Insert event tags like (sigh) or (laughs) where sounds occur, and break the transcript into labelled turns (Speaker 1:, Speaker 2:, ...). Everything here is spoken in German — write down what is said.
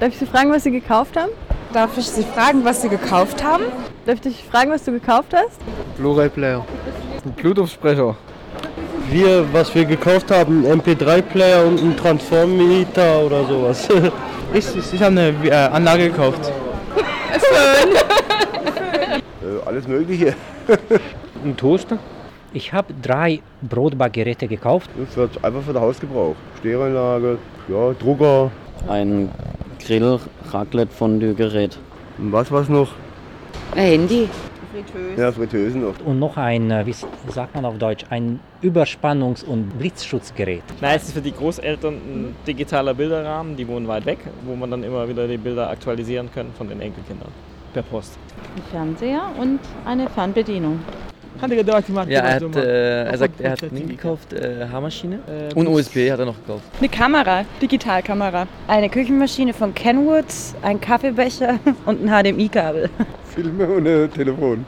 Speaker 1: Darf ich Sie fragen, was Sie gekauft haben?
Speaker 2: Darf ich Sie fragen, was Sie gekauft haben?
Speaker 1: Darf ich dich fragen, was du gekauft hast?
Speaker 3: Blu-ray-Player.
Speaker 4: Ein Bluetooth-Sprecher.
Speaker 5: Wir, was wir gekauft haben, ein MP3-Player und ein Transformmeter oder sowas.
Speaker 6: Ich, ich, ich habe eine äh, Anlage gekauft.
Speaker 7: alles Mögliche.
Speaker 8: Ein Toaster?
Speaker 9: Ich habe drei Brotbackgeräte gekauft.
Speaker 7: Das wird einfach für den Hausgebrauch. Stereoanlage, ja, Drucker.
Speaker 10: Ein Grill-Raclette-Fondue-Gerät.
Speaker 7: Und was war's noch?
Speaker 11: Ein Handy.
Speaker 7: Fritösen. Ja, Fritösen noch.
Speaker 9: Und noch ein, äh, wie sagt man auf Deutsch, ein Überspannungs- und Blitzschutzgerät.
Speaker 12: Nein, es ist für die Großeltern ein digitaler Bilderrahmen, die wohnen weit weg, wo man dann immer wieder die Bilder aktualisieren kann von den Enkelkindern per Post.
Speaker 13: Ein Fernseher und eine Fernbedienung.
Speaker 14: Hat er gedacht, die
Speaker 15: Ja, er hat, äh, er sagt, er hat nie gekauft, äh, Haarmaschine äh, und USB hat er noch gekauft.
Speaker 16: Eine Kamera, Digitalkamera.
Speaker 17: Eine Küchenmaschine (laughs) von Kenwood, ein Kaffeebecher und ein HDMI-Kabel.
Speaker 7: Filme ohne Telefon.